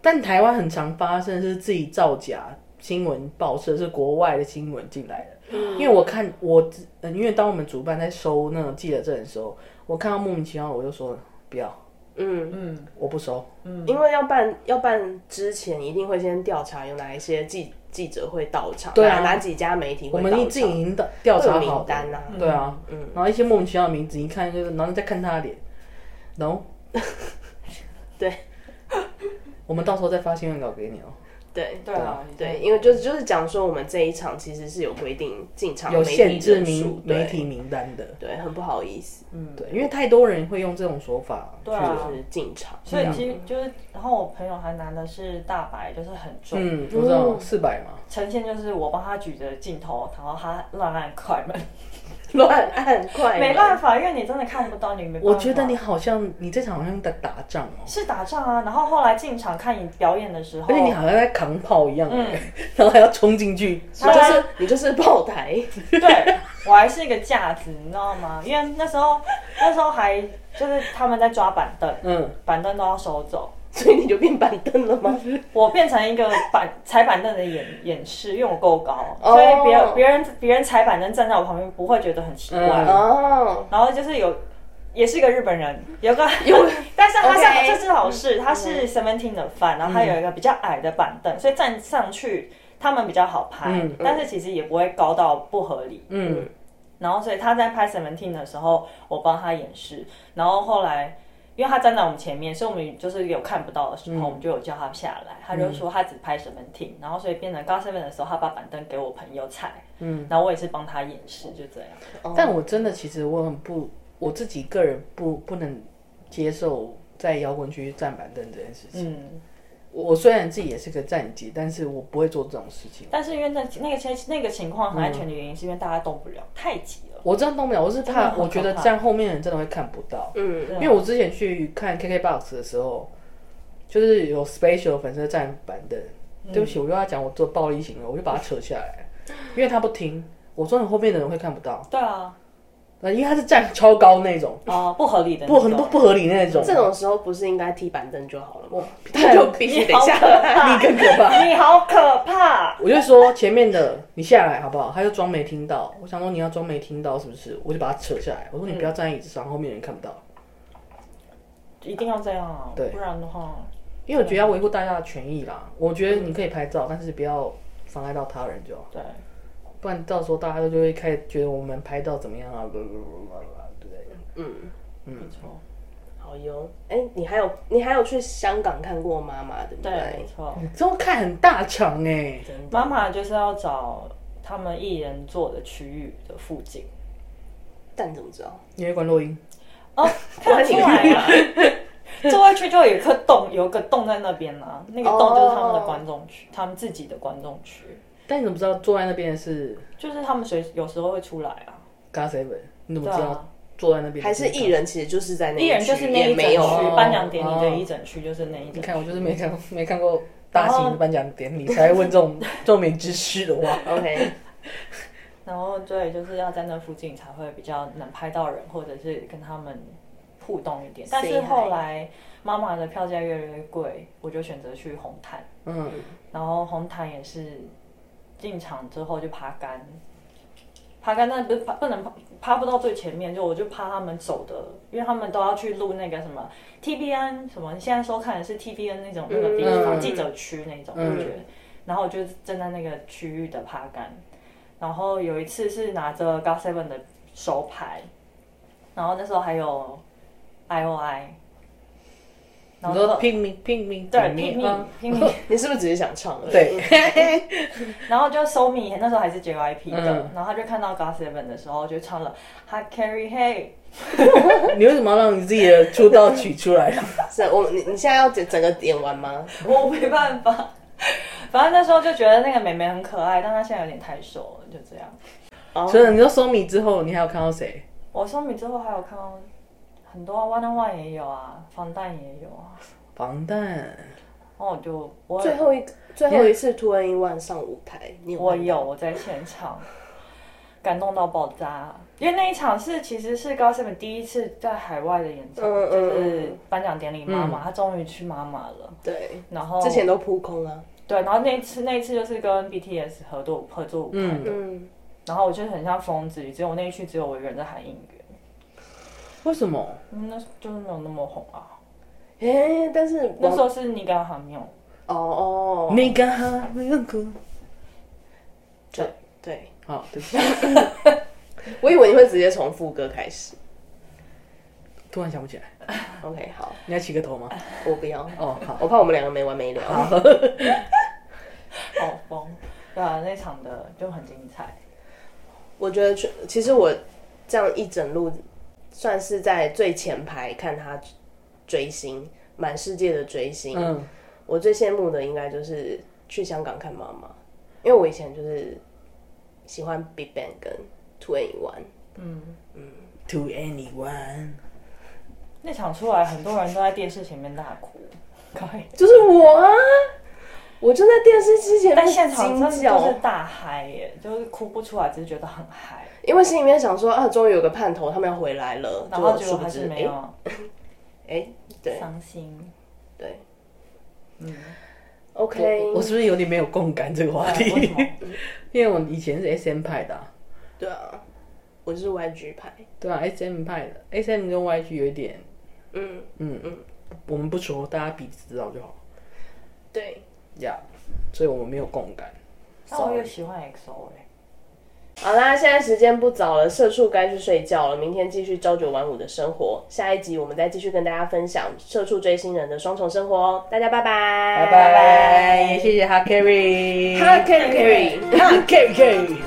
[SPEAKER 2] 但台湾很常发生是自己造假新闻报社，是国外的新闻进来的。
[SPEAKER 1] 嗯
[SPEAKER 2] 因为我看我，呃因为当我们主办在收那种记者证的时候，我看到莫名其妙，我就说不要，
[SPEAKER 1] 嗯，
[SPEAKER 3] 嗯，
[SPEAKER 2] 我不收。
[SPEAKER 1] 因为要办要办之前，一定会先调查有哪一些记记者会到场，
[SPEAKER 2] 对啊
[SPEAKER 1] 哪哪几家媒体
[SPEAKER 2] 我
[SPEAKER 1] 会到
[SPEAKER 2] 们
[SPEAKER 1] 场，
[SPEAKER 2] 一自己已经调调查
[SPEAKER 1] 会有
[SPEAKER 2] 好
[SPEAKER 1] 名单
[SPEAKER 2] 了
[SPEAKER 1] 啊
[SPEAKER 2] 对啊，然后一些莫名其妙的名字，一看就是，然后再看他的脸，然后，
[SPEAKER 1] [laughs] 对，
[SPEAKER 2] 我们到时候再发新闻稿给你哦，
[SPEAKER 1] 对
[SPEAKER 3] 对啊，
[SPEAKER 1] 对，因为就是就是讲说我们这一场其实是有规定进场
[SPEAKER 2] 有
[SPEAKER 1] 媒体
[SPEAKER 2] 限制
[SPEAKER 1] 人
[SPEAKER 2] 名
[SPEAKER 1] 数对
[SPEAKER 2] 媒体名单的，
[SPEAKER 1] 对，很不好意思，
[SPEAKER 2] 对，因为太多人会用这种说法去
[SPEAKER 3] 对啊
[SPEAKER 1] 就是进场，嗯
[SPEAKER 3] 所
[SPEAKER 2] 嗯
[SPEAKER 3] 以其实就是，然后我朋友还拿的是大白，就是哦很重。
[SPEAKER 2] 嗯，我知道四百嘛，
[SPEAKER 3] 呈现就是我帮他举着镜头，然后他乱按快门，
[SPEAKER 1] 乱按快门
[SPEAKER 3] 没办法，因为你真的看不到，你没办法。
[SPEAKER 2] 哎我觉得你好像你这场好像在打仗哦，
[SPEAKER 3] 是打仗啊，然后后来进场看你表演的时候，
[SPEAKER 2] 而且哎你好像在扛炮一样，
[SPEAKER 3] 嗯
[SPEAKER 2] [laughs] 然后还要冲进去，
[SPEAKER 1] 你就是你就是爆台， [laughs]
[SPEAKER 3] 对我还是一个架子，你知道吗？因为那时候 [laughs] 那时候还就是他们在抓板凳，
[SPEAKER 2] 嗯，
[SPEAKER 3] 板凳都要收走，
[SPEAKER 1] 所以你就变板凳了
[SPEAKER 2] [laughs]
[SPEAKER 1] 吗？
[SPEAKER 2] 嗯
[SPEAKER 3] 我变成一个板踩板凳的演演示，因为我够高，
[SPEAKER 1] 哦
[SPEAKER 3] 所以别人别人别人踩板凳站在我旁边不会觉得很奇怪。
[SPEAKER 2] 嗯
[SPEAKER 1] 哦，
[SPEAKER 3] 然后就是有。也是一个日本人，有个
[SPEAKER 1] 有，
[SPEAKER 3] 但是他
[SPEAKER 1] OK
[SPEAKER 3] 是这是好事，他是 Seventeen 的饭，然后他有一个比较矮的板凳，所以站上去他们比较好拍
[SPEAKER 2] 嗯，
[SPEAKER 3] 但是其实也不会高到不合理。
[SPEAKER 2] 嗯，
[SPEAKER 3] 然后所以他在拍 Seventeen 的时候，我帮他演示，然后后来。因为他站在我们前面，所以我们就是有看不到的时候，我们就有叫他下来。他就说他只拍 Seventeen，、然后所以变成高 Seven 的时候，他把板凳给我朋友踩，嗯，然后我也是帮他演示，就这样。
[SPEAKER 2] 但我真的其实我很不，我自己个人不不能接受在摇滚区站板凳这件事情。
[SPEAKER 3] 嗯，
[SPEAKER 2] 我虽然自己也是个站姐，但是我不会做这种事情。
[SPEAKER 3] 但是因为那那个情那个情况很安全的原因，是因为大家动不了，太挤了。
[SPEAKER 2] 我这样动不了，我是
[SPEAKER 3] 的
[SPEAKER 2] 怕，
[SPEAKER 3] 很
[SPEAKER 2] 我觉得
[SPEAKER 3] 可怕
[SPEAKER 2] 站后面的人真的会看不到。
[SPEAKER 1] 嗯，
[SPEAKER 3] 啊
[SPEAKER 2] 因为我之前去看 KKBOX 的时候，就是有 special 粉丝站板凳，对不起，我又要讲我做暴力行为，我就把他扯下来，因为他不听。我说你后面的人会看不到，
[SPEAKER 3] 对啊，
[SPEAKER 2] 那因为他是站超高那种，
[SPEAKER 3] 哦，不合理的那
[SPEAKER 2] 不
[SPEAKER 3] 种，
[SPEAKER 2] 很不不合理那种，
[SPEAKER 1] 这种时候不是应该踢板凳就好了吗？
[SPEAKER 2] 他
[SPEAKER 1] 他 [laughs]
[SPEAKER 2] 就
[SPEAKER 1] 就必须得下来。
[SPEAKER 2] 你更可怕。
[SPEAKER 3] 你好可怕！
[SPEAKER 2] 我就说前面的你下来好不好？他就装没听到。我想说你要装没听到是不是？我就把他扯下来。我说你不要站在椅子上，后面人看不到，
[SPEAKER 3] 一定要这样啊，
[SPEAKER 2] 对
[SPEAKER 3] 不然的话，
[SPEAKER 2] 因为我觉得要维护大家的权益啦。我觉得你可以拍照，但是不要妨碍到他人就好，
[SPEAKER 3] 对，
[SPEAKER 2] 不然到时候大家就会开始觉得我们拍照怎么样啊，blah blah blah blah blah，对不对？
[SPEAKER 1] 嗯，
[SPEAKER 3] 没错，
[SPEAKER 1] 好哟。哎、你还有你还有去香港看过妈妈对不
[SPEAKER 3] 对，
[SPEAKER 1] 嗯对？
[SPEAKER 3] 没错。
[SPEAKER 2] 你这么看很大场哎、
[SPEAKER 1] 真的
[SPEAKER 3] 妈妈就是要找他们艺人做的区域的附近，
[SPEAKER 1] 但你怎么知道？
[SPEAKER 2] 你会关录音？
[SPEAKER 3] 哦，看得出来啊。 [laughs] 座位区就有一颗洞，有一个洞在那边啊，那个洞就是他们的观众区他们自己的观众区，
[SPEAKER 2] 但你怎么知道坐在那边的是
[SPEAKER 3] 就是他们随有时候会出来啊。
[SPEAKER 2] g a s e v e n 你怎么
[SPEAKER 3] 对
[SPEAKER 2] 知道
[SPEAKER 3] 啊，
[SPEAKER 2] 坐在那边的
[SPEAKER 1] 还是艺？人其实就是在那
[SPEAKER 3] 艺人就是那
[SPEAKER 1] 一
[SPEAKER 3] 一
[SPEAKER 1] 区也没有
[SPEAKER 3] 整
[SPEAKER 2] 哦
[SPEAKER 3] 区，颁奖典礼的一整区就是那一
[SPEAKER 2] 你
[SPEAKER 3] 整区。
[SPEAKER 2] 看我就是没看没看过大型的颁奖典礼，才会问这种这种没知识的
[SPEAKER 3] [laughs]
[SPEAKER 2] 话。
[SPEAKER 1] OK，
[SPEAKER 3] 然后对，就是要在那附近才会比较能拍到人，或者是跟他们互动一点。但
[SPEAKER 1] Say
[SPEAKER 3] 是
[SPEAKER 1] hi
[SPEAKER 3] 后来妈妈的票价越来越贵，我就选择去红毯，
[SPEAKER 2] 嗯，
[SPEAKER 3] 然后红毯也是进场之后就爬杆，爬杆但不是爬不能爬爬不到最前面，就我就怕他们走的，因为他们都要去录那个什么 TBN 什么，你现在收看的是 TBN 那种那个地方、
[SPEAKER 2] 嗯
[SPEAKER 3] 记者区那种，
[SPEAKER 2] 嗯
[SPEAKER 3] 我觉得，然后我就站在那个区域的爬杆，然后有一次是拿着 g o s e v e n 的手牌，然后那时候还有 IOI，然
[SPEAKER 2] 你
[SPEAKER 3] 后那时
[SPEAKER 2] 说
[SPEAKER 3] 候
[SPEAKER 2] 拼命拼命
[SPEAKER 3] 对拼命
[SPEAKER 2] 啊
[SPEAKER 3] 拼命。
[SPEAKER 1] 你是不是只是想唱而已？
[SPEAKER 2] 对， [laughs]
[SPEAKER 3] 然后就 Somi 那时候还是 JYP 的，
[SPEAKER 2] 嗯
[SPEAKER 3] 然后他就看到 GOT7 的时候就唱了 Hot Carry Hey，
[SPEAKER 2] 你为什么要让你自己的出道曲出来？
[SPEAKER 1] 是我你你现在要整整个点完吗？
[SPEAKER 3] [laughs] 我没办法。反正那时候就觉得那个妹妹很可爱，但她现在有点太瘦了，就这样。
[SPEAKER 1] 哦
[SPEAKER 2] 所以你说收米之后，你还有看到谁？
[SPEAKER 3] 我 Somi 之后还有看到很多、啊、One on One 也有啊，防弹也有啊，
[SPEAKER 2] 防弹，
[SPEAKER 3] 然后我就我
[SPEAKER 1] 最后一最后一次 Two N E One 上舞台，你有看
[SPEAKER 3] 我
[SPEAKER 1] 到
[SPEAKER 3] 有我在现场，感动到爆炸。因为那一场是其实是高 seven 第一次在海外的演唱，
[SPEAKER 1] 嗯嗯
[SPEAKER 3] 就是颁奖典礼妈妈，
[SPEAKER 2] 嗯
[SPEAKER 3] 她终于去妈妈了。
[SPEAKER 1] 对，
[SPEAKER 3] 然后
[SPEAKER 1] 之前都扑空啊了。
[SPEAKER 3] 对，然后那一次那一次就是跟 BTS 合作合作舞台，
[SPEAKER 2] 嗯
[SPEAKER 1] 嗯，
[SPEAKER 3] 然后我就很像疯子，只有我那一区只有我一个人在喊应援，
[SPEAKER 2] 为什么？
[SPEAKER 3] 嗯那就是没有那么红啊。
[SPEAKER 1] 哎、但是
[SPEAKER 3] 那时
[SPEAKER 1] 候
[SPEAKER 3] 候是你跟喊缪，
[SPEAKER 1] 哦哦，
[SPEAKER 2] 你干哈没有哭？
[SPEAKER 1] 对，
[SPEAKER 2] 好，哦对不起，
[SPEAKER 1] 我以为你会直接从副歌开始。
[SPEAKER 2] 突然想不起来，
[SPEAKER 1] OK，好，
[SPEAKER 2] 你要起个头吗？
[SPEAKER 1] 我不要，
[SPEAKER 2] 哦，好，
[SPEAKER 1] 我怕我们两个没完没了。
[SPEAKER 3] 好疯，对啊，那场的就很精彩。
[SPEAKER 1] 我觉得去其实我这样一整路算是在最前排看他追星，满世界的追星。
[SPEAKER 2] 嗯，
[SPEAKER 1] 我最羡慕的应该就是去香港看妈妈，因为我以前就是喜欢 Big Bang 跟 Two and One。
[SPEAKER 2] To anyone，
[SPEAKER 3] 那场出来，很多人都在电视前面大哭，可以，
[SPEAKER 1] 就是我啊，我就在电视机前面
[SPEAKER 3] 但现场真的
[SPEAKER 1] 惊
[SPEAKER 3] 就是
[SPEAKER 1] 叫，
[SPEAKER 3] 大嗨耶，就是哭不出来，只是觉得很嗨，
[SPEAKER 1] 因为心里面想说啊，终于有个盼头，他们要回来了，
[SPEAKER 3] 然后
[SPEAKER 1] 就
[SPEAKER 3] 结
[SPEAKER 1] 殊
[SPEAKER 3] 果
[SPEAKER 1] 不
[SPEAKER 3] 还
[SPEAKER 1] 知
[SPEAKER 3] 是没有，
[SPEAKER 1] 哎、哎对
[SPEAKER 3] 伤心。
[SPEAKER 1] 对
[SPEAKER 3] 嗯，
[SPEAKER 1] ，OK，
[SPEAKER 2] 我是不是有点没有共感这个话
[SPEAKER 3] 对为什
[SPEAKER 2] 题？
[SPEAKER 3] 么？
[SPEAKER 2] [laughs]
[SPEAKER 1] [laughs]
[SPEAKER 2] 因为我以前是 SM 派的啊、
[SPEAKER 1] 对啊，我是 YG 派，
[SPEAKER 2] 对啊，SM 派的，SM 跟 YG 有一点，
[SPEAKER 1] 嗯，
[SPEAKER 2] 我们不熟，大家彼此知道就好。
[SPEAKER 1] 对，
[SPEAKER 2] 呀、所以我们没有共感。
[SPEAKER 3] 但我又喜欢 XO 哎。
[SPEAKER 1] 好啦，现在时间不早了，社畜该去睡觉了，明天继续朝九晚五的生活，下一集我们再继续跟大家分享社畜追星人的双重生活哦，大家拜拜，拜
[SPEAKER 2] 拜拜，也谢谢哈 Carry，
[SPEAKER 1] 他 carry carry。
[SPEAKER 2] 哈 Carry Carry。